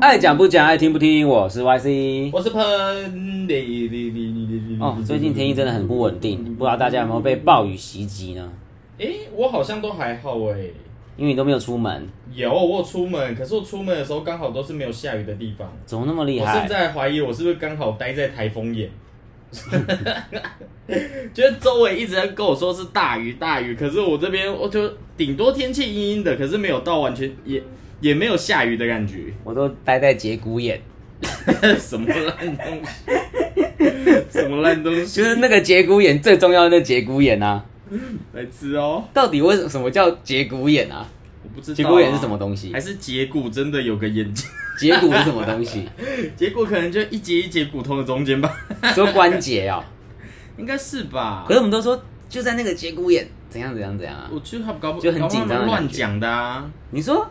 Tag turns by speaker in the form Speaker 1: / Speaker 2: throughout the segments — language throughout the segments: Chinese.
Speaker 1: 爱讲不讲，爱听不听，我是 YC。
Speaker 2: 我是喷你你你你你你。
Speaker 1: 哦，最近天气真的很不稳定，不知道大家有没有被暴雨袭击呢？
Speaker 2: 诶，我好像都还好诶。
Speaker 1: 因为你都没有出门，
Speaker 2: 有我有出门，可是我出门的时候刚好都是没有下雨的地方。
Speaker 1: 怎么那么厉
Speaker 2: 我现
Speaker 1: 害？
Speaker 2: 在怀疑我是不是刚好待在台风眼， 就是周围一直在跟我说是大雨大雨，可是我这边我就顶多天气阴阴的，可是没有到完全也也没有下雨的感觉，
Speaker 1: 我都待在节骨眼，
Speaker 2: 什么烂东西，什么烂东西
Speaker 1: 就是那个节骨眼最重要的那节骨眼啊！
Speaker 2: 来吃哦。
Speaker 1: 到底为什么叫节骨眼啊？
Speaker 2: 我不知道、啊
Speaker 1: 节骨眼是什么？东西
Speaker 2: 还？是节骨真的有个眼睛？
Speaker 1: 节骨是什么东 西？
Speaker 2: 结果可能就一节一节骨头的中间吧，
Speaker 1: 说关节啊、
Speaker 2: 应该是吧？
Speaker 1: 可是我们都说就在那个节骨眼，怎样怎样怎样啊？
Speaker 2: 我觉得他搞不
Speaker 1: 就很
Speaker 2: 搞不好
Speaker 1: 紧张的
Speaker 2: 他们乱
Speaker 1: 感觉
Speaker 2: 讲的啊，
Speaker 1: 你说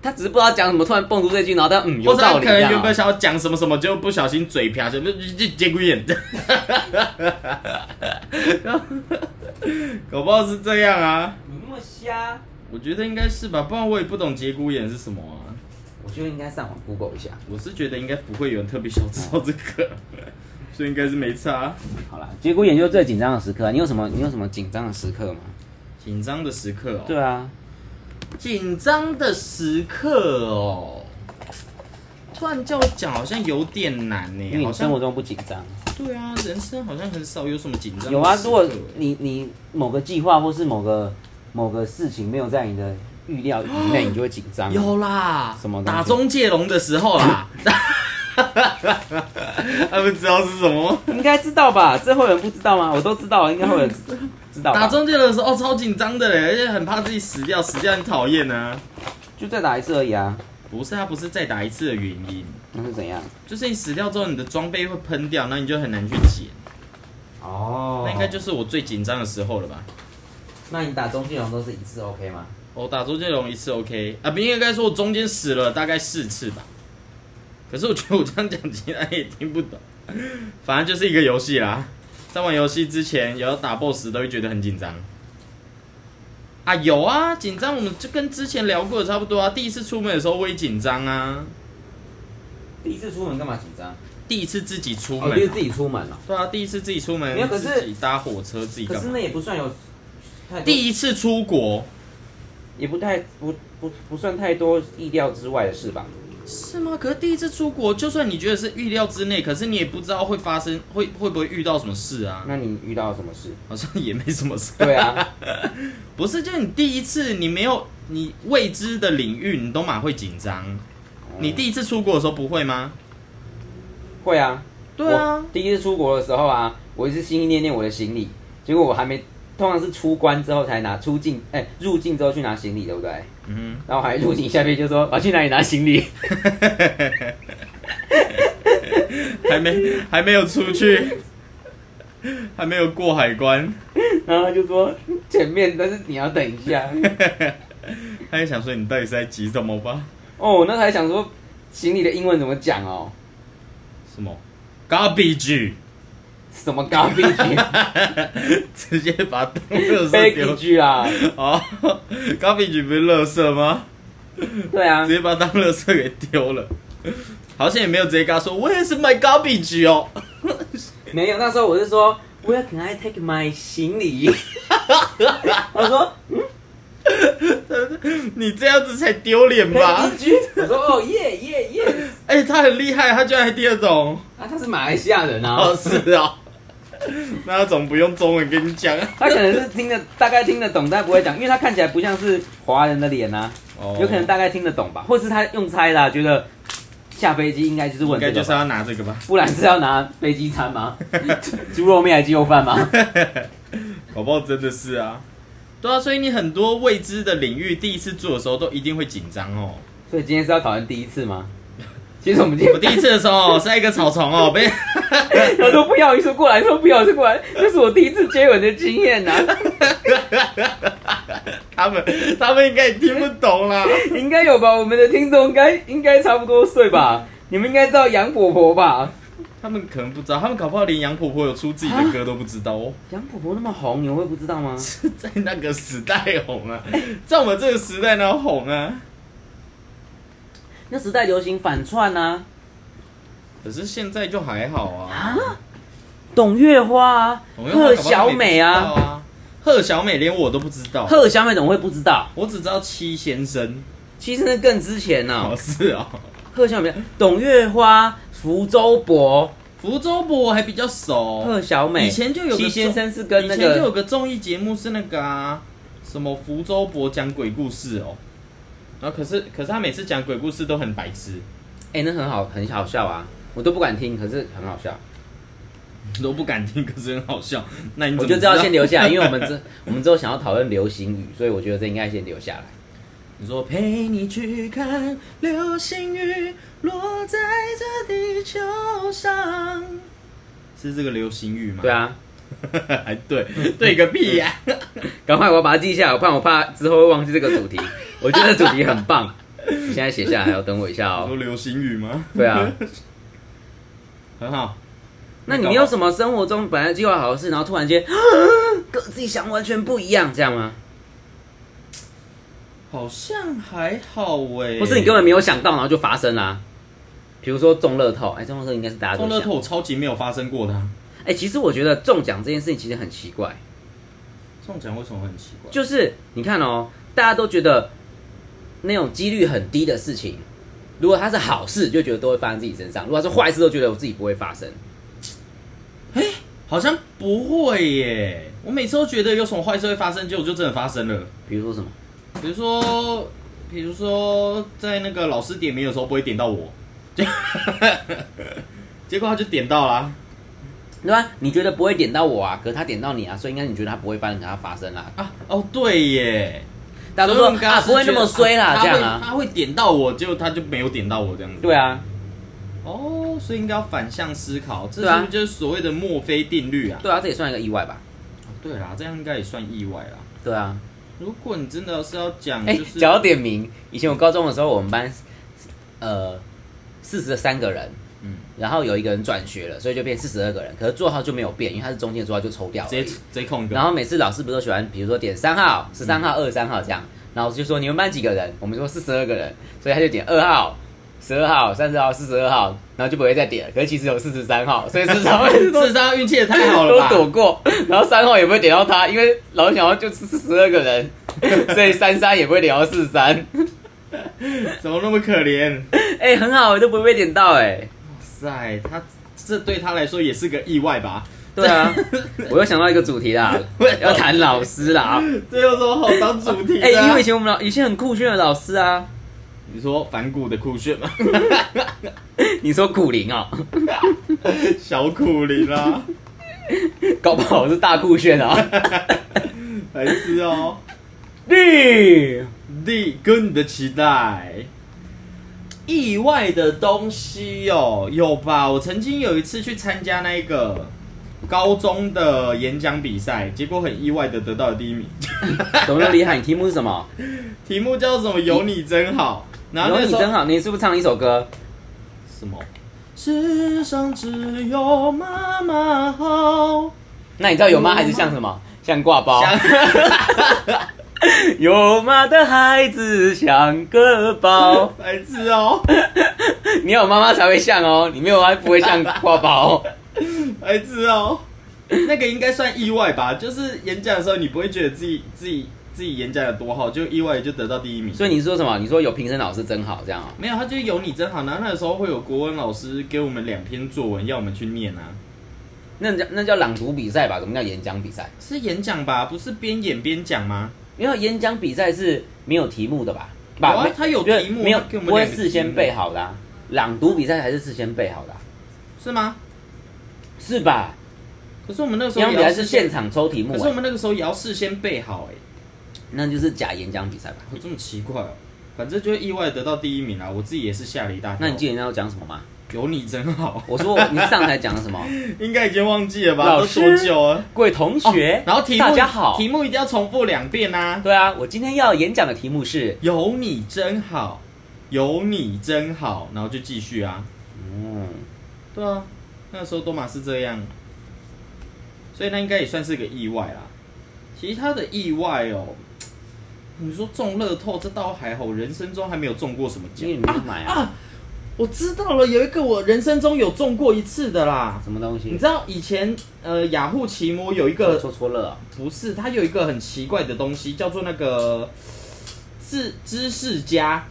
Speaker 1: 他只是不知道讲什么，突然蹦出这句，然后他嗯
Speaker 2: 或
Speaker 1: 有
Speaker 2: 者他
Speaker 1: 道理这
Speaker 2: 可能
Speaker 1: 样
Speaker 2: 原
Speaker 1: 啊、
Speaker 2: 本想要讲什么什么，就不小心嘴瓢，就就节骨眼，搞不好是这样啊？
Speaker 1: 你那么瞎，
Speaker 2: 我觉得应该是吧，不然我也不懂节骨眼是什么啊。
Speaker 1: 我觉得应该上网 Google 一下。
Speaker 2: 我是觉得应该不会有人特别想知道这个，所以应该是没差。
Speaker 1: 好啦，节骨眼就是最紧张的时刻啊、你有什么你有什么紧张的时刻吗？
Speaker 2: 紧张的时刻哦，
Speaker 1: 对啊，
Speaker 2: 紧张的时刻哦，突然叫我讲好像有点难
Speaker 1: 因
Speaker 2: 呢，
Speaker 1: 为
Speaker 2: 好
Speaker 1: 你生活
Speaker 2: 像
Speaker 1: 中不紧张。
Speaker 2: 对啊，人生好像很少有什么紧张的时刻。
Speaker 1: 有啊，如果你你某个计划或是某个某个事情没有在你的预料以 内，你就会紧张。
Speaker 2: 有啦，
Speaker 1: 什么东西
Speaker 2: 打中介龙的时候啦， 他们知道是什么？
Speaker 1: 应该知道吧？这会有人不知道吗？我都知道，应该会有人知知道吧。
Speaker 2: 打中介龙的时候、哦、超紧张的嘞，而且很怕自己死掉，死掉很讨厌啊。
Speaker 1: 就再打一次而已啊，
Speaker 2: 不是，他不是再打一次的原因，
Speaker 1: 那是怎样？
Speaker 2: 就是你死掉之后，你的装备会喷掉，那你就很难去捡。
Speaker 1: 哦
Speaker 2: 那应该就是我最紧张的时候了吧？
Speaker 1: 那你打中继龙都是一次 OK 吗？
Speaker 2: 我哦打周杰伦一次 OK 啊，不应该说我中间死了大概四次吧。可是我觉得我这样讲，其他人也听不懂。反正就是一个游戏啦，在玩游戏之前，有要打 BOSS 都会觉得很紧张。啊，有啊，紧张，我们就跟之前聊过的差不多啊。第一次出门的时候我也紧张啊，
Speaker 1: 第一次出门干嘛紧张？
Speaker 2: 第一次自己出
Speaker 1: 我
Speaker 2: 门，
Speaker 1: 哦就是自己出门了，
Speaker 2: 对啊，第一次自己出门
Speaker 1: 没有，可是
Speaker 2: 自己搭火车，自己
Speaker 1: 可
Speaker 2: 干
Speaker 1: 是
Speaker 2: 嘛？
Speaker 1: 那也不算有太多，
Speaker 2: 第一次出国
Speaker 1: 也不太不不不算太多意料之外的事吧？
Speaker 2: 是吗？可是第一次出国，就算你觉得是预料之内，可是你也不知道会发生，会会不会遇到什么事啊？
Speaker 1: 那你遇到了什么 事？
Speaker 2: 好像也没什么事。
Speaker 1: 对啊，
Speaker 2: 不是，就你第一次，你没有你未知的领域，你都蛮会紧张。你第一次出国的时候不会吗？
Speaker 1: 会啊，
Speaker 2: 对啊
Speaker 1: 我，第一次出国的时候啊，我一直心心念念我的行李，结果我还没，通常是出关之后才拿，出境哎、入境之后去拿行李，对不对？
Speaker 2: 嗯
Speaker 1: 然后还入境下面就说我要去哪里拿行李，
Speaker 2: 哼，还没还没有出去， 还没有过海关，
Speaker 1: 然后他就说前面，但是你要等一下。
Speaker 2: 他也想说你到底是在急什么吧？
Speaker 1: 哦，那还想说行李的英文怎么讲哦？
Speaker 2: 什么 garbage，
Speaker 1: 什么 garbage
Speaker 2: 直接把当垃圾丢
Speaker 1: baggage 啊？
Speaker 2: 哦 garbage 不是垃圾吗？
Speaker 1: 对啊
Speaker 2: 直，接把他当垃圾给丢了。好像也没有直接跟他说 Where is my garbage 哦，
Speaker 1: 没有，那时候我是说 Where can I take my 行李？ 我说
Speaker 2: 你这样子才丢脸 吧？
Speaker 1: baggage，我说哦耶耶耶，
Speaker 2: 哎、他很厉害，他居然还听得懂。
Speaker 1: 啊他是马来西亚人啊。
Speaker 2: 哦，是哦， 那他总不用中文跟你讲
Speaker 1: 他可能是听得大概听得懂，但不会讲，因为他看起来不像是华人的脸啊，
Speaker 2: 哦
Speaker 1: 有可能大概听得懂吧，或是他用猜的啊、觉得下飞机应该就是
Speaker 2: 应
Speaker 1: 问
Speaker 2: 该
Speaker 1: 这
Speaker 2: 就
Speaker 1: 个
Speaker 2: 是
Speaker 1: 吧，
Speaker 2: 要拿这个吧，
Speaker 1: 不然是要拿飞机餐吗？ 猪肉面还是鸡肉饭 吗？
Speaker 2: 搞不好真的是啊。对啊，所以你很多未知的领域，第一次做的时候都一定会紧张哦。
Speaker 1: 所以今天是要讨论第一次吗？其实我们今
Speaker 2: 我第
Speaker 1: 天
Speaker 2: 一次的时候是在一个草丛哦，被
Speaker 1: 他说不要，一说过来，说不要，一说过来，这是我第一次接吻的经验呐、啊，
Speaker 2: 他们他们应该也听不懂啦。
Speaker 1: 应该有吧？我们的听众应该应该差不多岁吧？你们应该知道杨婆婆吧？
Speaker 2: 他们可能不知道，他们搞不好连杨婆婆有出自己的歌都不知 道哦，
Speaker 1: 杨婆婆那么红，你们会不知道吗？
Speaker 2: 是在那个 时代红啊，在我们这个时代哪有红啊？
Speaker 1: 那时代流行反串啊，
Speaker 2: 可是现在就还好啊。
Speaker 1: 董月花啊，
Speaker 2: 我用它搞
Speaker 1: 贺
Speaker 2: 不好
Speaker 1: 小
Speaker 2: 你也不
Speaker 1: 美
Speaker 2: 知道
Speaker 1: 啊，
Speaker 2: 啊，贺小美连我都不知道，
Speaker 1: 贺小美怎么会不知道？
Speaker 2: 我只知道七先生。
Speaker 1: 其实那更之前呢、
Speaker 2: 哦，是哦，
Speaker 1: 贺小美、董月花、福州博、
Speaker 2: 福州博我还比较熟。
Speaker 1: 贺小美，
Speaker 2: 以前就有个
Speaker 1: 齐先生是跟那
Speaker 2: 以前就有
Speaker 1: 个
Speaker 2: 个综艺节目是那个啊，什么福州博讲鬼故事哦，然后可是可是他每次讲鬼故事都很白痴，
Speaker 1: 哎、那很好，很好笑啊，我都不敢听，可是很好 笑，
Speaker 2: 都不敢听，可是很好笑。那你
Speaker 1: 我
Speaker 2: 怎么
Speaker 1: 就
Speaker 2: 知
Speaker 1: 知道先留下来，因为我们之 我们之后想要讨论流行语，所以我觉得这应该先留下来。
Speaker 2: 你说陪你去看流星雨落在这地球上，是这个流星雨吗？
Speaker 1: 对，啊，
Speaker 2: 还 对对个屁 呀、
Speaker 1: 赶快我要把它记下来，我怕我怕之后会忘记这个主 题。我觉得这主题很棒，你现在写下来，要等我一下
Speaker 2: 你
Speaker 1: 哦
Speaker 2: 说。流星雨吗？
Speaker 1: 对 啊，
Speaker 2: 很好。
Speaker 1: 那你有什么生活中本来计划好的事，然后突然 间跟自己想完全不一样，这样吗？
Speaker 2: 好像还好哎、
Speaker 1: 或是你根本没有想到，然后就发生啦、比如说中乐透，哎、中乐透应该是大家都
Speaker 2: 中乐
Speaker 1: 想
Speaker 2: 透，我超级没有发生过的啊、
Speaker 1: 哎、其实我觉得中奖这件事情其实很奇怪，
Speaker 2: 中奖为什么很奇怪？
Speaker 1: 就是你看哦，大家都觉得那种几率很低的事情，如果它是好事，就觉得都会发生自己身上；如果它是坏事，都觉得我自己不会发生。
Speaker 2: 好像不会耶。我每次都觉得有什么坏事会发生，结果就真的发生了。
Speaker 1: 比如说什么？
Speaker 2: 比如说，比如说在那个老师点名的时候不会点到我， 结结果他就点到啦。
Speaker 1: 对吧？你觉得不会点到我啊，可是他点到你啊，所以应该你觉得他不会发生，可他发生啦。
Speaker 2: 啊，哦对耶，
Speaker 1: 大家都
Speaker 2: 所以
Speaker 1: 说
Speaker 2: 我们刚刚
Speaker 1: 啊，
Speaker 2: 是
Speaker 1: 不会那么衰啦，
Speaker 2: 觉
Speaker 1: 这样
Speaker 2: 得他会
Speaker 1: 啊。
Speaker 2: 他会点到我，结果他就没有点到我这样子。
Speaker 1: 对，啊，
Speaker 2: 哦，所以应该要反向思考，这
Speaker 1: 对啊
Speaker 2: 是不是就是所谓的墨菲定律啊？
Speaker 1: 对啊，这也算一个意外吧？
Speaker 2: 对啦，这样应该也算意外啦。
Speaker 1: 对啊。
Speaker 2: 如果你真的是要讲，
Speaker 1: 哎、
Speaker 2: 嗯就是、
Speaker 1: 讲到点名，以前我高中的时候，我们班呃四十三个人，
Speaker 2: 嗯，
Speaker 1: 然后有一个人转学了，所以就变四十二个人。可是座号就没有变，因为他是中间的座号就抽掉了。
Speaker 2: 直接直接空一个。
Speaker 1: 然后每次老师不都喜欢，比如说点三号、十三号、二十三号这样，然后老师就说你们班几个人？我们说四十二个人，所以他就点二号、十二号、三十号、四十二号，然后就不会再点了。可是其实有四十三号，所以至 少
Speaker 2: 智商运气也太好了
Speaker 1: 都
Speaker 2: 吧？
Speaker 1: 躲过，然后三号也不会点到他，因为老师想要就是四十二个人，所以三三也不会点到四三。
Speaker 2: 怎么那么可怜？
Speaker 1: 哎、很好，都不会被点到哎、
Speaker 2: 哇塞，他这对他来说也是个意外吧？
Speaker 1: 对 啊，我又想到一个主题 啦，要谈老师 啦。
Speaker 2: 这有什么好当主题的、啊
Speaker 1: 哎、因为以前我们老以前很酷炫的老师啊，
Speaker 2: 你说反骨的酷炫吗？
Speaker 1: 你说苦灵哦，
Speaker 2: 小苦灵啦、
Speaker 1: 搞不好我是大酷炫啊。
Speaker 2: 还是哦
Speaker 1: 对，
Speaker 2: ，D 跟你的期待。意外的东西哦，有吧？我曾经有一次去参加那个高中的演讲比赛，结果很意外的得到了第一名。
Speaker 1: 怎么那么厉害？你题目是什么？
Speaker 2: 题目叫什么？有你真好。然后
Speaker 1: 有
Speaker 2: 那
Speaker 1: 你
Speaker 2: 时候
Speaker 1: 真好，你是不是唱了一首歌？
Speaker 2: 什么？世上只有妈妈好。
Speaker 1: 那你知道有妈还是像什么？像挂包。
Speaker 2: 嗯像
Speaker 1: 有妈的孩子像个 包，
Speaker 2: 白痴哦，
Speaker 1: 你有妈妈才会像哦，你没有妈不会像挂包、哦。
Speaker 2: 白痴哦。那个应该算意外吧？就是演讲的时候，你不会觉得自己自己自己演讲有多好，就意外地就得到第一名。
Speaker 1: 所以你说什么？你说有评审老师真好这样哦。
Speaker 2: 没有，他就有你真好。然后那个时候会有国文老师给我们两篇作文，要我们去念啊。
Speaker 1: 那叫那叫朗读比赛吧？什么叫演讲比赛？
Speaker 2: 是演讲吧？不是边演边讲吗？
Speaker 1: 因为演讲比赛是没有题目的吧？
Speaker 2: 有啊
Speaker 1: 吧，没
Speaker 2: 它有
Speaker 1: 就是
Speaker 2: 题目
Speaker 1: 没有
Speaker 2: 它给我们
Speaker 1: 不会
Speaker 2: 两个
Speaker 1: 事
Speaker 2: 题
Speaker 1: 先
Speaker 2: 目
Speaker 1: 备好的啊、朗读比赛还是事先备好的啊、
Speaker 2: 是吗？
Speaker 1: 是吧？
Speaker 2: 可是我们那个时
Speaker 1: 演
Speaker 2: 候
Speaker 1: 讲
Speaker 2: 也
Speaker 1: 比赛
Speaker 2: 要
Speaker 1: 是
Speaker 2: 事先
Speaker 1: 现，场抽题目
Speaker 2: 可是
Speaker 1: 欸、
Speaker 2: 我们那个时候也要事先备好哎、
Speaker 1: 那就是假演讲比赛吧？
Speaker 2: 有这么奇怪哦？反正就意外得到第一名啦，啊我自己也是吓了一大跳。
Speaker 1: 那你记得你要讲什么吗？
Speaker 2: 有你真好，
Speaker 1: 我 说你上台讲了什么？
Speaker 2: 应该已经忘记了吧？
Speaker 1: 老
Speaker 2: 都
Speaker 1: 师
Speaker 2: 多久了？
Speaker 1: 各位同学，
Speaker 2: 然后题目
Speaker 1: 大家好。
Speaker 2: 题目一定要重复两遍啊！
Speaker 1: 哦对啊，我今天要演讲的题目是，
Speaker 2: 有你真好，有你真好，然后就继续啊。
Speaker 1: 嗯，
Speaker 2: 对啊，那时候多玛是这样，所以那应该也算是个意外啦。其他的意外哦，你说中乐透这倒还好，我人生中还没有中过什么
Speaker 1: 因
Speaker 2: 奖
Speaker 1: 为你没有买
Speaker 2: 啊
Speaker 1: 啊，
Speaker 2: 啊！我知道了，有一个我人生中有中过一次的啦。
Speaker 1: 什么东西？
Speaker 2: 你知道以前呃雅虎奇摩有一
Speaker 1: 戳
Speaker 2: 个
Speaker 1: 戳戳乐哦，
Speaker 2: 不是，它有一个很奇怪的东西叫做那个知知识家，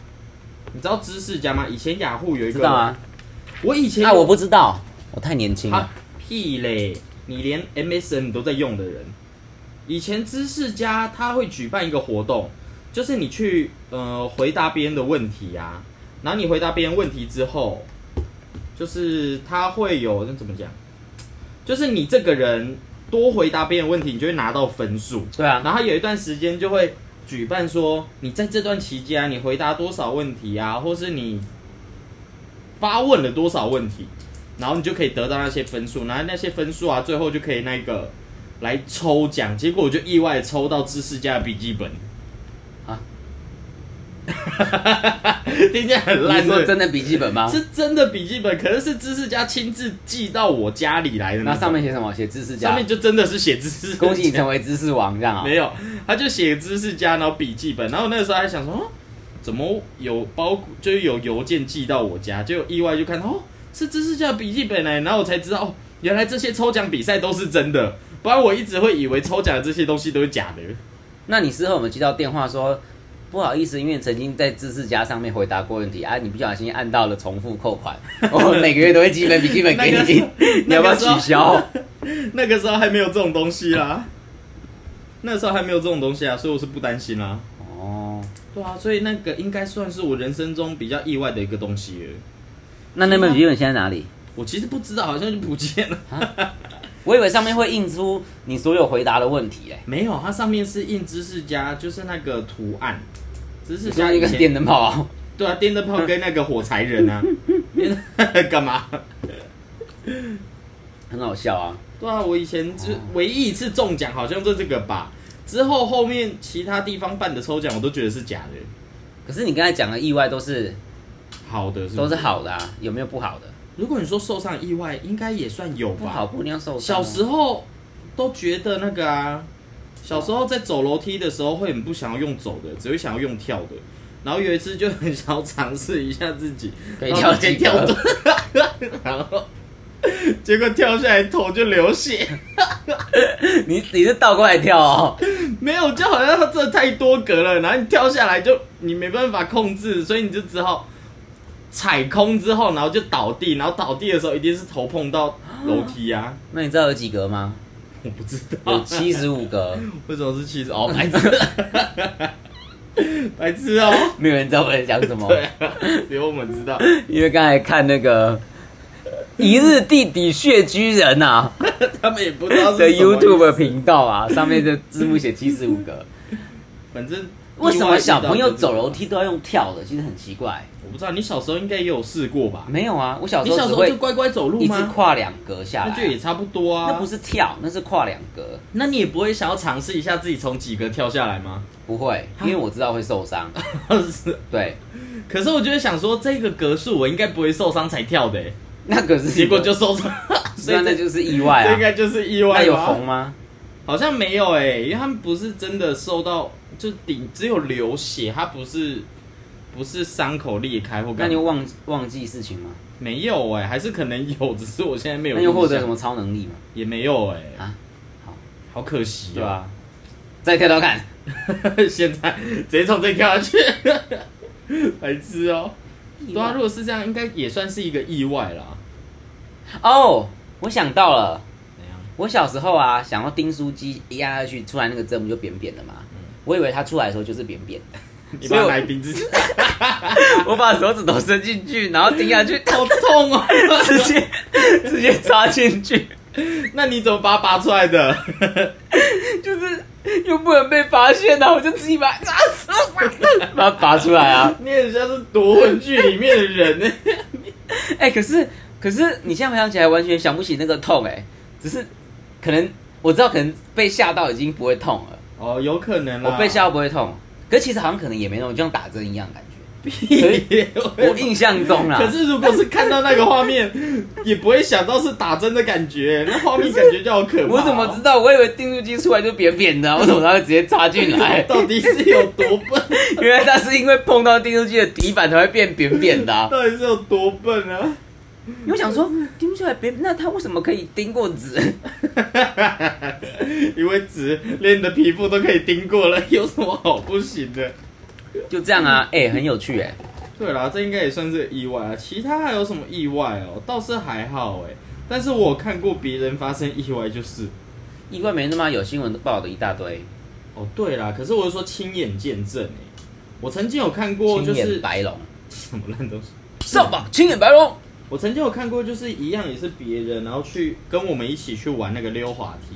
Speaker 2: 你知道知识家吗？以前雅虎有一个，
Speaker 1: 知道啊？
Speaker 2: 我以前
Speaker 1: 啊，我不知道，我太年轻
Speaker 2: 啊
Speaker 1: 了。
Speaker 2: 屁嘞！你连 MSN 你都在用的人，以前知识家他会举办一个活动，就是你去呃回答别人的问题啊，然后你回答别人问题之后，就是他会有那怎么讲，就是你这个人多回答别人问题，你就会拿到分数。
Speaker 1: 对啊，
Speaker 2: 然后有一段时间就会举办说，你在这段期间啊、你回答多少问题啊，或是你发问了多少问题，然后你就可以得到那些分数，然后那些分数啊，最后就可以那个来抽奖。结果我就意外地抽到知识家的笔记本。
Speaker 1: 啊，
Speaker 2: 听起来很
Speaker 1: 你
Speaker 2: 烂，
Speaker 1: 是说
Speaker 2: 对不对
Speaker 1: 真的笔记本吗？
Speaker 2: 是真的笔记本，可是是知识家亲自寄到我家里来的那
Speaker 1: 那
Speaker 2: 种。
Speaker 1: 上面写什么？写知识
Speaker 2: 上
Speaker 1: 家
Speaker 2: 面。就真的是写知识家，
Speaker 1: 恭喜你成为知识王，这样啊？
Speaker 2: 没有，他就写知识家，然后笔记本，然后那个时候还想说，哦怎么有包裹，就是有邮件寄到我家，就意外就看到哦，是知识家的笔记本呢，然后我才知道哦，原来这些抽奖比赛都是真的，不然我一直会以为抽奖的这些东西都是假的。
Speaker 1: 那你事后我们接到电话说，不好意思，因为曾经在知识家上面回答过问题啊，你不小心按到了重复扣 款，我每个月都会寄一本笔记本给你，你 要不要取消？
Speaker 2: 那个时候还没有这种东西啦，那时候还没有这种东西啊，所以我是不担心啦。
Speaker 1: 哦，
Speaker 2: 对啊，所以那个应该算是我人生中比较意外的一个东西了。
Speaker 1: 那那本笔记本现在哪里？
Speaker 2: 我其实不知道，好像就不见了。
Speaker 1: 我以为上面会印出你所有回答的问题、欸，
Speaker 2: 没有，它上面是印知识家，就是那个图案，知识
Speaker 1: 哎，
Speaker 2: 家
Speaker 1: 像一个
Speaker 2: 以前
Speaker 1: 电灯泡啊，
Speaker 2: 对啊，电灯泡跟那个火柴人啊， 电灯干嘛？
Speaker 1: 很好笑啊。
Speaker 2: 对啊，我以前就唯一一次中奖好像就这个吧，之后后面其他地方办的抽奖我都觉得是假的，
Speaker 1: 可是你刚才讲的意外都是
Speaker 2: 好的是不
Speaker 1: 都是好的啊，有没有不好的？
Speaker 2: 如果你说受伤意外，应该也算有吧？
Speaker 1: 不好不一定要受伤啊、
Speaker 2: 小时候都觉得那个啊，小时候在走楼梯的时候会很不想要用走的，只会想要用跳的。然后有一次就很想要尝试一下自己，
Speaker 1: 可以
Speaker 2: 然
Speaker 1: 跳
Speaker 2: 哦后就可
Speaker 1: 几
Speaker 2: 以跳
Speaker 1: 个
Speaker 2: 多，然后结果跳下来头就流血，
Speaker 1: 你你是倒过来跳 哦，
Speaker 2: 没有，就好像它这太多格了，然后你跳下来就你没办法控制，所以你就只好踩空之后，然后就倒地，然后倒地的时候一定是头碰到楼梯啊，
Speaker 1: 那你知道有几格吗？
Speaker 2: 我不知道
Speaker 1: 有七十五 格，
Speaker 2: 为什么是七十？哦，白痴，白痴 哦。
Speaker 1: 没有人知道我在讲什么，
Speaker 2: 对啊，只有我们知道。
Speaker 1: 因为刚才看那个《一日地底穴居人》啊
Speaker 2: 他们也不知道
Speaker 1: 的
Speaker 2: 是什么
Speaker 1: YouTube 频道啊，上面的字幕写七十五 格。
Speaker 2: 反正
Speaker 1: 为什么小朋友走楼
Speaker 2: 梯？
Speaker 1: 梯都要用跳的？其实很奇怪。
Speaker 2: 我不知道，你小时候应该也有试过吧？
Speaker 1: 没有啊，我小
Speaker 2: 你
Speaker 1: 时候
Speaker 2: 小时
Speaker 1: 只
Speaker 2: 候就
Speaker 1: 会
Speaker 2: 乖乖走路
Speaker 1: 一直
Speaker 2: 吗？
Speaker 1: 跨两格下
Speaker 2: 那就也
Speaker 1: 来，
Speaker 2: 差不多啊。
Speaker 1: 那不，是跳，那是跨两格。
Speaker 2: 那你也不会想要尝试一下自己从几个跳下来吗？
Speaker 1: 不会，
Speaker 2: 啊
Speaker 1: 因为我知道会受伤。
Speaker 2: 是。
Speaker 1: 对，
Speaker 2: 可是我就会想说，这个格数我应该不会受伤才跳的欸，
Speaker 1: 那可是
Speaker 2: 结果就受伤， 所以
Speaker 1: 那那
Speaker 2: 这
Speaker 1: 就是意外
Speaker 2: 这应
Speaker 1: 啊。
Speaker 2: 该就是意外吧
Speaker 1: 那有缝吗？
Speaker 2: 好像没有哎、因为他们不是真的受到，就顶只有流血，他不是不是伤口裂开或
Speaker 1: 那
Speaker 2: 干
Speaker 1: 你
Speaker 2: 嘛
Speaker 1: 有忘忘记事情吗？
Speaker 2: 没有哎、还是可能有，只是我现在没有
Speaker 1: 那
Speaker 2: 印
Speaker 1: 你有
Speaker 2: 象。
Speaker 1: 获得什么超能力吗？
Speaker 2: 也没有哎、
Speaker 1: 啊，好
Speaker 2: 好可惜、哦
Speaker 1: 对啊吧、再跳跳看。
Speaker 2: 啊， 现在直接从这跳下去， 白痴哦、对啊，如果是这样，应该也算是一个意外啦。
Speaker 1: 哦，我想到了，
Speaker 2: 怎样？
Speaker 1: 我小时候啊，想要订书机一按下去，出来那个针不就扁扁的嘛？我以为它出来的时候就是扁扁 的，
Speaker 2: 你
Speaker 1: 所以
Speaker 2: 把
Speaker 1: 我
Speaker 2: 来宾自己
Speaker 1: 我把手指头伸进去，然后钉下去，
Speaker 2: 好痛哦、
Speaker 1: 直接 直接插进去，
Speaker 2: 那你怎么把它拔出来的？
Speaker 1: 就是又不能被发现然后我就自己把它把它拔出来啊！
Speaker 2: 你很像是夺魂剧里面的人呢、
Speaker 1: 哎、可是可是你现在回想起来，完全想不起那个痛哎、只是可能我知道，可能被吓到已经不会痛了，
Speaker 2: 哦，有可能啦。
Speaker 1: 我被吓到不会痛，可是其实好像可能也没那种，就像打针一样的感觉。
Speaker 2: 屁！
Speaker 1: 我印象中啊啦，
Speaker 2: 可是如果是看到那个画 面，也不会想到是打针的感觉，那画面感觉就好可怕哦、？
Speaker 1: 我怎么知道？我以为订书机出来就扁扁 的啊，我怎么它会直接插进来
Speaker 2: 到底是有多笨？
Speaker 1: 原来它是因为碰到订书机的底板才会变扁扁的、啊。
Speaker 2: 到底是有多笨啊？
Speaker 1: 你会想说，钉出来扁，那它为什么可以钉过纸？
Speaker 2: 因为纸连你的皮肤都可以盯过了， 有什么好不行的？
Speaker 1: 就这样啊，哎、很有趣哎、
Speaker 2: 对啦，这应该也算是个意外啊。其他还有什么意外哦？倒是还好哎，但是我有看过别人发生意外就是。
Speaker 1: 意外没那么有新闻都报了一大堆，
Speaker 2: 哦，对啦，可是我是说亲眼见证哎，我曾经有看过就
Speaker 1: 青
Speaker 2: 是
Speaker 1: 眼白龙，
Speaker 2: 什么烂东西。
Speaker 1: 上吧，青眼白龙。
Speaker 2: 我曾经有看过，就是一样也是别人，然后去跟我们一起去玩那个溜滑梯，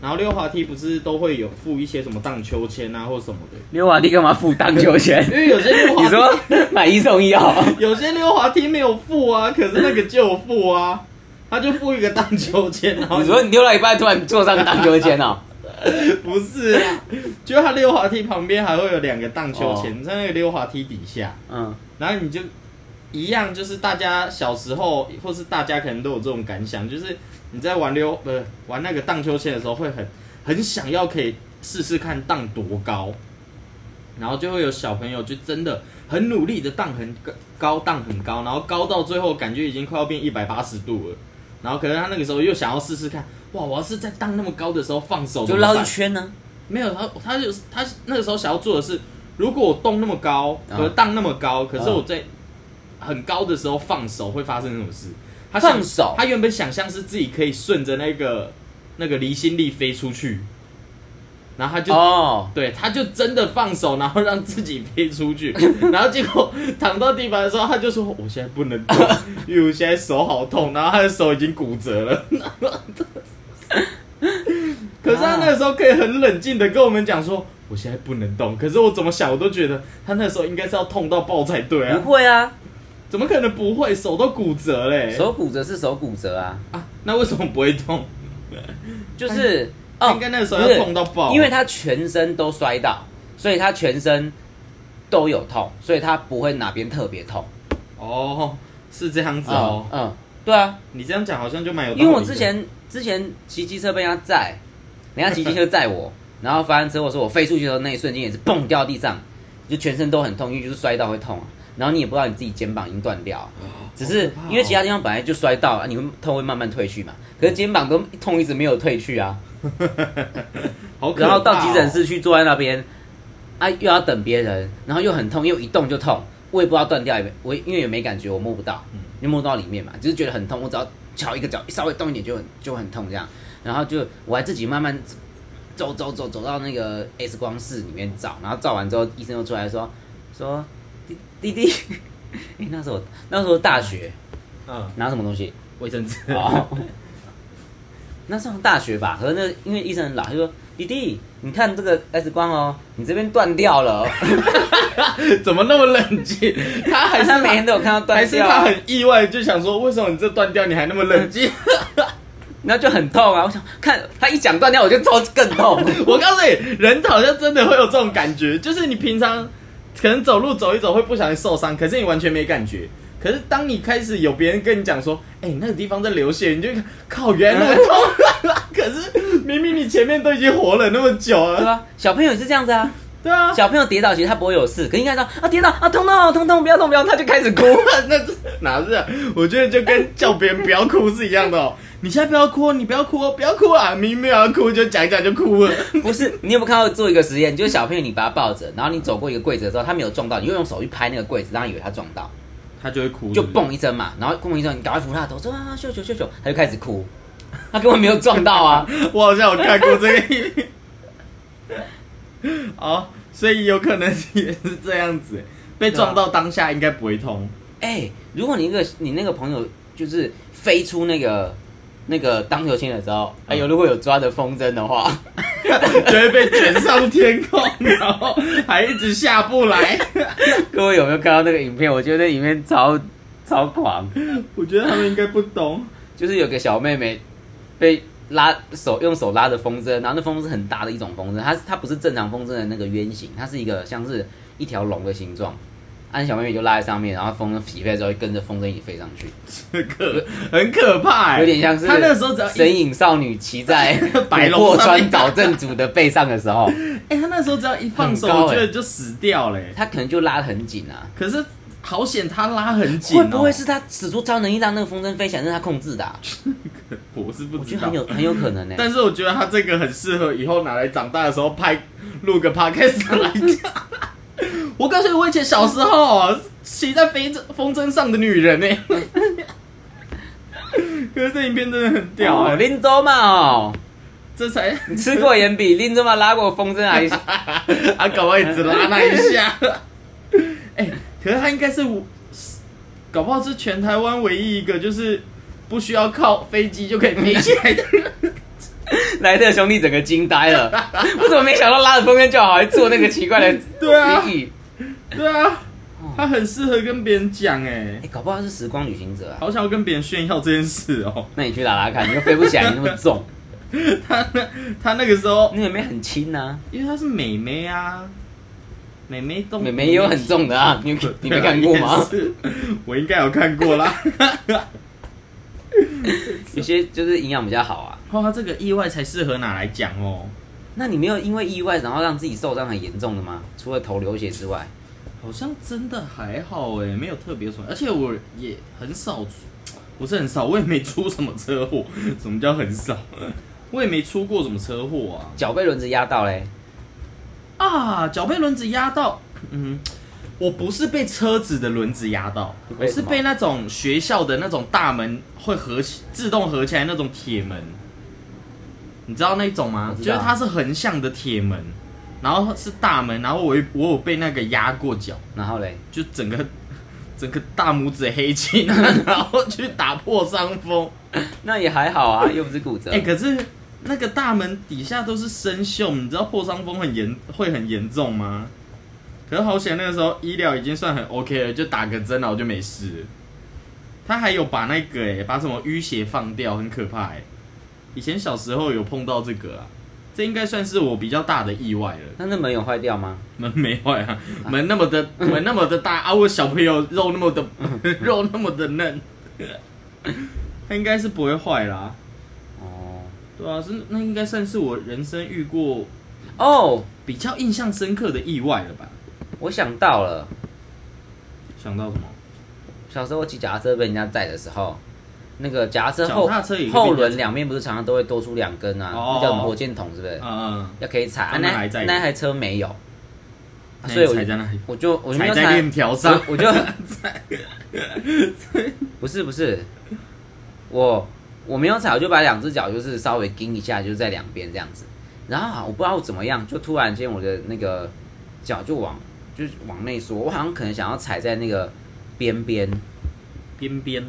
Speaker 2: 然后溜滑梯不是都会有附一些什么荡秋千啊或什么的，
Speaker 1: 溜滑梯干嘛付荡秋千？
Speaker 2: 因为有些溜
Speaker 1: 你
Speaker 2: 滑
Speaker 1: 说买一送一哦，
Speaker 2: 有些溜滑梯没有附啊，可是那个就有附啊，他就附一个荡秋千，然后
Speaker 1: 你说你溜到一半突然坐上荡秋千哦，
Speaker 2: 不是啊，就他溜滑梯旁边还会有两个荡秋
Speaker 1: 哦
Speaker 2: 千，在那个溜滑梯底下，
Speaker 1: 嗯，
Speaker 2: 然后你就一样，就是大家小时候，或是大家可能都有这种感想，就是你在玩溜不是玩那个荡秋千的时候，会很很想要可以试试看荡多高，然后就会有小朋友就真的很努力的荡很高，荡很高，然后高到最后感觉已经快要变一百八十度了。然后可能他那个时候又想要试试看，哇！我要是在荡那么高的时候放手，
Speaker 1: 就
Speaker 2: 怎么
Speaker 1: 绕
Speaker 2: 办
Speaker 1: 一圈呢、
Speaker 2: 没有，他他就是他那个时候想要做的是，如果我动那么高，
Speaker 1: 啊
Speaker 2: 和荡那么高，可是
Speaker 1: 啊
Speaker 2: 我在很高的时候放手会发生什么事？他想
Speaker 1: 放手
Speaker 2: 他原本想象是自己可以顺着那个那个离心力飞出去，然后他就、
Speaker 1: 哦，
Speaker 2: 对，他就真的放手，然后让自己飞 出去，然后结果躺到地板的时候，他就说：“我现在不 能动，因为我现在手好痛。”然后他的手已经骨 折了。可是他那个时候可以很冷静的跟我们讲说：“我现在不能动。”可是我怎么想，我都觉得他那时候应该是要痛到爆才对啊
Speaker 1: 不，会啊，
Speaker 2: 怎么可能不会？手都骨折嘞、
Speaker 1: 手骨折是手骨折啊，
Speaker 2: 啊，那为什么不会痛？
Speaker 1: 就是
Speaker 2: 他
Speaker 1: 哦，
Speaker 2: 哎应该那个时候
Speaker 1: 不
Speaker 2: 要
Speaker 1: 是
Speaker 2: 痛到爆，
Speaker 1: 因为他全身都摔到，所以他全身都有痛，所以他不会哪边特别痛。
Speaker 2: 哦是这样子哦。
Speaker 1: 嗯，嗯对啊，
Speaker 2: 你这样讲好像就蛮有道理
Speaker 1: 因为
Speaker 2: 的，
Speaker 1: 我之前之前骑机车被人家载，人家骑机车载我，然后发生车祸，说我飞出去的时候那一瞬间也是蹦掉地上，就全身都很痛，因为就是摔到会痛啊。然后你也不知道你自己肩膀已经断掉，啊只是
Speaker 2: 好可怕哦
Speaker 1: 因为其他地方本来就摔到啊，你会痛会慢慢退去嘛。可
Speaker 2: 嗯
Speaker 1: 是肩膀都痛一直没有退去啊，
Speaker 2: 好可怕哦
Speaker 1: 然后到急诊室去坐在那边，啊又要等别人，然后又很痛，又一动就痛，我也不知道断掉也没，我因为也没感觉，我摸不到，
Speaker 2: 嗯
Speaker 1: 就摸不到里面嘛，只是觉得很痛，我只要敲一个脚，稍微动一点就很就很痛这样，然后就我还自己慢慢走走走走到那个 X 光室里面照，然后照完之后，医生又出来说说弟弟弟， 诶那时候那时候大学
Speaker 2: 嗯，
Speaker 1: 拿什么东西？
Speaker 2: 卫生纸。
Speaker 1: 哦，那上大学吧，可是那因为医生很老，他就说：“弟弟，你看这个 X 光哦，你这边断掉了哦。
Speaker 2: 怎么那么冷 静？ 他”还是
Speaker 1: 他每天都有看到
Speaker 2: 还
Speaker 1: 断
Speaker 2: 是
Speaker 1: 掉
Speaker 2: 他
Speaker 1: 啊，
Speaker 2: 很意外，就想说为什么你这断掉你还那么 冷静？
Speaker 1: 然后就很痛啊。我想看他一讲断掉，我就超更 痛。
Speaker 2: 我告诉你，人好像真的会有这种感觉，就是你平常可能走路走一走会不小心受伤，可是你完全没感觉。可是当你开始有别人跟你讲说，哎、那个地方在流血，你就会看靠，原来那么痛。 可是明明你前面都已经活了那么久
Speaker 1: 对
Speaker 2: 了，
Speaker 1: 啊，小朋友也是这样子啊。
Speaker 2: 对啊，
Speaker 1: 小朋友跌倒，其实他不会有事，可是你看到啊跌倒啊痛痛痛痛，不要痛不要痛，他就开始 哭。
Speaker 2: 那是哪是、啊？我觉得就跟叫别人不要哭是一样的哦。你现在不要哭哦，你不要哭哦，不要哭啊！明明没有要哭，就讲一讲就哭了。
Speaker 1: 不是，你有没有看到做一个实验？就是小朋友你把他抱着，然后你走过一个柜子的时候，他没有撞到，你就用手去拍那个柜子，让他以为他撞到。
Speaker 2: 他就会哭
Speaker 1: 就，蹦一声嘛，然后蹦一声，你赶快扶他的头，说啊秀秀秀秀，他就开始哭， 他根本没有撞到啊，
Speaker 2: 我好像有看过这个影片。 哦，所以有可能也是这样子，被撞到当下应该不会痛。
Speaker 1: 哎、如果你一个你那个朋友就是飞出那个那个荡秋千的时候，哎呦，如果有抓着风筝的话，
Speaker 2: 就会被卷上天空，然后还一直下不来。
Speaker 1: 各位有没有看到那个影片？我觉得那影片超超狂，
Speaker 2: 我觉得他们应该不懂。
Speaker 1: 就是有个小妹妹被拉手用手拉着风筝，然后那风筝很大的一种风筝，它它不是正常风筝的那个圆形，它是一个像是一条龙的形状，安小妹妹就拉在上面，然后风筝起飞之后跟着风筝一起飞上去，
Speaker 2: 很可很可怕、欸，
Speaker 1: 有点像是
Speaker 2: 他那时候只要一
Speaker 1: 神隐少女骑 在
Speaker 2: 白龙
Speaker 1: 破
Speaker 2: 上
Speaker 1: 川
Speaker 2: 面
Speaker 1: 岛正主的背上的时候，
Speaker 2: 哎、他那时候只要一放手，
Speaker 1: 很高欸
Speaker 2: 我觉得就死掉了、欸。
Speaker 1: 他可能就拉得很紧啊。
Speaker 2: 可是好险，他拉很紧、哦。
Speaker 1: 会不会是他使出超能力让那个风筝飞起来，是他控制的、啊？
Speaker 2: 我是不
Speaker 1: 我觉
Speaker 2: 知
Speaker 1: 得
Speaker 2: 道
Speaker 1: 很，有很有可能呢、欸
Speaker 2: 但是我觉得他这个很适合以后拿来长大的时候拍录个 podcast 来讲。 我告诉你，我以前小时候哦骑在飞筝风筝上的女人呢、欸。 可是这影片真的很屌哎、
Speaker 1: 哦，林州嘛哦，
Speaker 2: 这才
Speaker 1: 你吃过盐比林州嘛拉过风筝还
Speaker 2: 啊，搞不好也只拉那一下。 哎、可是他应该是我，搞不好是全台湾唯一一个就是不需要靠飞机就可以飞起 来的人。
Speaker 1: 莱特兄弟整个惊呆 了，我怎么没想到拉着风筝就好，还做那个奇怪的
Speaker 2: 对啊
Speaker 1: 比喻？
Speaker 2: 对啊，他很适合跟别人讲哎、
Speaker 1: 哎、搞不好他是时光旅行者啊！
Speaker 2: 好想要跟别人炫耀这件事哦。
Speaker 1: 那你去打打看，你又飞不起来，你那么重，
Speaker 2: 他那他那个时候，
Speaker 1: 你妹妹很轻啊，
Speaker 2: 因为她是美眉啊，美眉动，
Speaker 1: 妹妹也有很重的啊，你有你没看过 吗？
Speaker 2: 啊也是？我应该有看过啦。
Speaker 1: 有些就是营养比较好啊。
Speaker 2: 哇，哦这个意外才适合拿来讲哦。
Speaker 1: 那你没有因为意外然后让自己受伤很严重的吗？除了头流血之外，
Speaker 2: 好像真的还好哎，没有特别什么，而且我也很少出，不是很少，我也没出什么车祸。什么叫很少？我也没出过什么车祸啊。
Speaker 1: 脚被轮子压到嘞，
Speaker 2: 啊，脚被轮子压到，嗯，我不是被车子的轮子压到，我
Speaker 1: 被什
Speaker 2: 是
Speaker 1: 么
Speaker 2: 被那种学校的那种大门会合起，自动合起来那种铁门，你知道那一种吗？
Speaker 1: 我知
Speaker 2: 就
Speaker 1: 道
Speaker 2: 是它是横向的铁门，然后是大门，然后我有我有被那个压过脚，
Speaker 1: 然后嘞，
Speaker 2: 就整个 整个大拇指黑青，然后去打破伤风。
Speaker 1: 那也还好啊，又不是骨折。
Speaker 2: 哎、可是那个大门底下都是生锈，你知道破伤风很严会很严重吗？可是好险，那个时候医疗已经算很 OK 了，就打个针，然后就没事了。他还有把那个哎、把什么淤血放掉，很可怕哎、以前小时候有碰到这个啊，这应该算是我比较大的意外了。
Speaker 1: 那那门有坏掉吗？
Speaker 2: 门没坏啊，门那么的门那么的大啊，我小朋友肉那么 的肉那么的嫩，他应该是不会坏啦、
Speaker 1: 哦
Speaker 2: 对啊，是那应该算是我人生遇过
Speaker 1: 哦，
Speaker 2: 比较印象深刻的意外了吧？
Speaker 1: 我想到了，
Speaker 2: 想到什么？
Speaker 1: 小时候我骑脚踏车被人家载的时候，那个脚踏车
Speaker 2: 脚
Speaker 1: 后
Speaker 2: 踏车也可以被人家载
Speaker 1: 后轮两面不是常常都会多出两根啊，
Speaker 2: 哦
Speaker 1: 那叫什么火箭筒是不是？
Speaker 2: 嗯
Speaker 1: 要可以踩，啊、
Speaker 2: 他们还
Speaker 1: 那
Speaker 2: 在意
Speaker 1: 那台车没有，啊
Speaker 2: 嗯，
Speaker 1: 所以我
Speaker 2: 踩在那里，
Speaker 1: 我就我就没有
Speaker 2: 踩在
Speaker 1: 踩
Speaker 2: 链，条上，
Speaker 1: 我我 就不是不是，我我没有踩，我就把两只脚就是稍微盯一下，就是在两边这样子。然后啊我不知道我怎么样，就突然间我的那个脚就往就是往内缩，我好像可能想要踩在那个边边，
Speaker 2: 边边。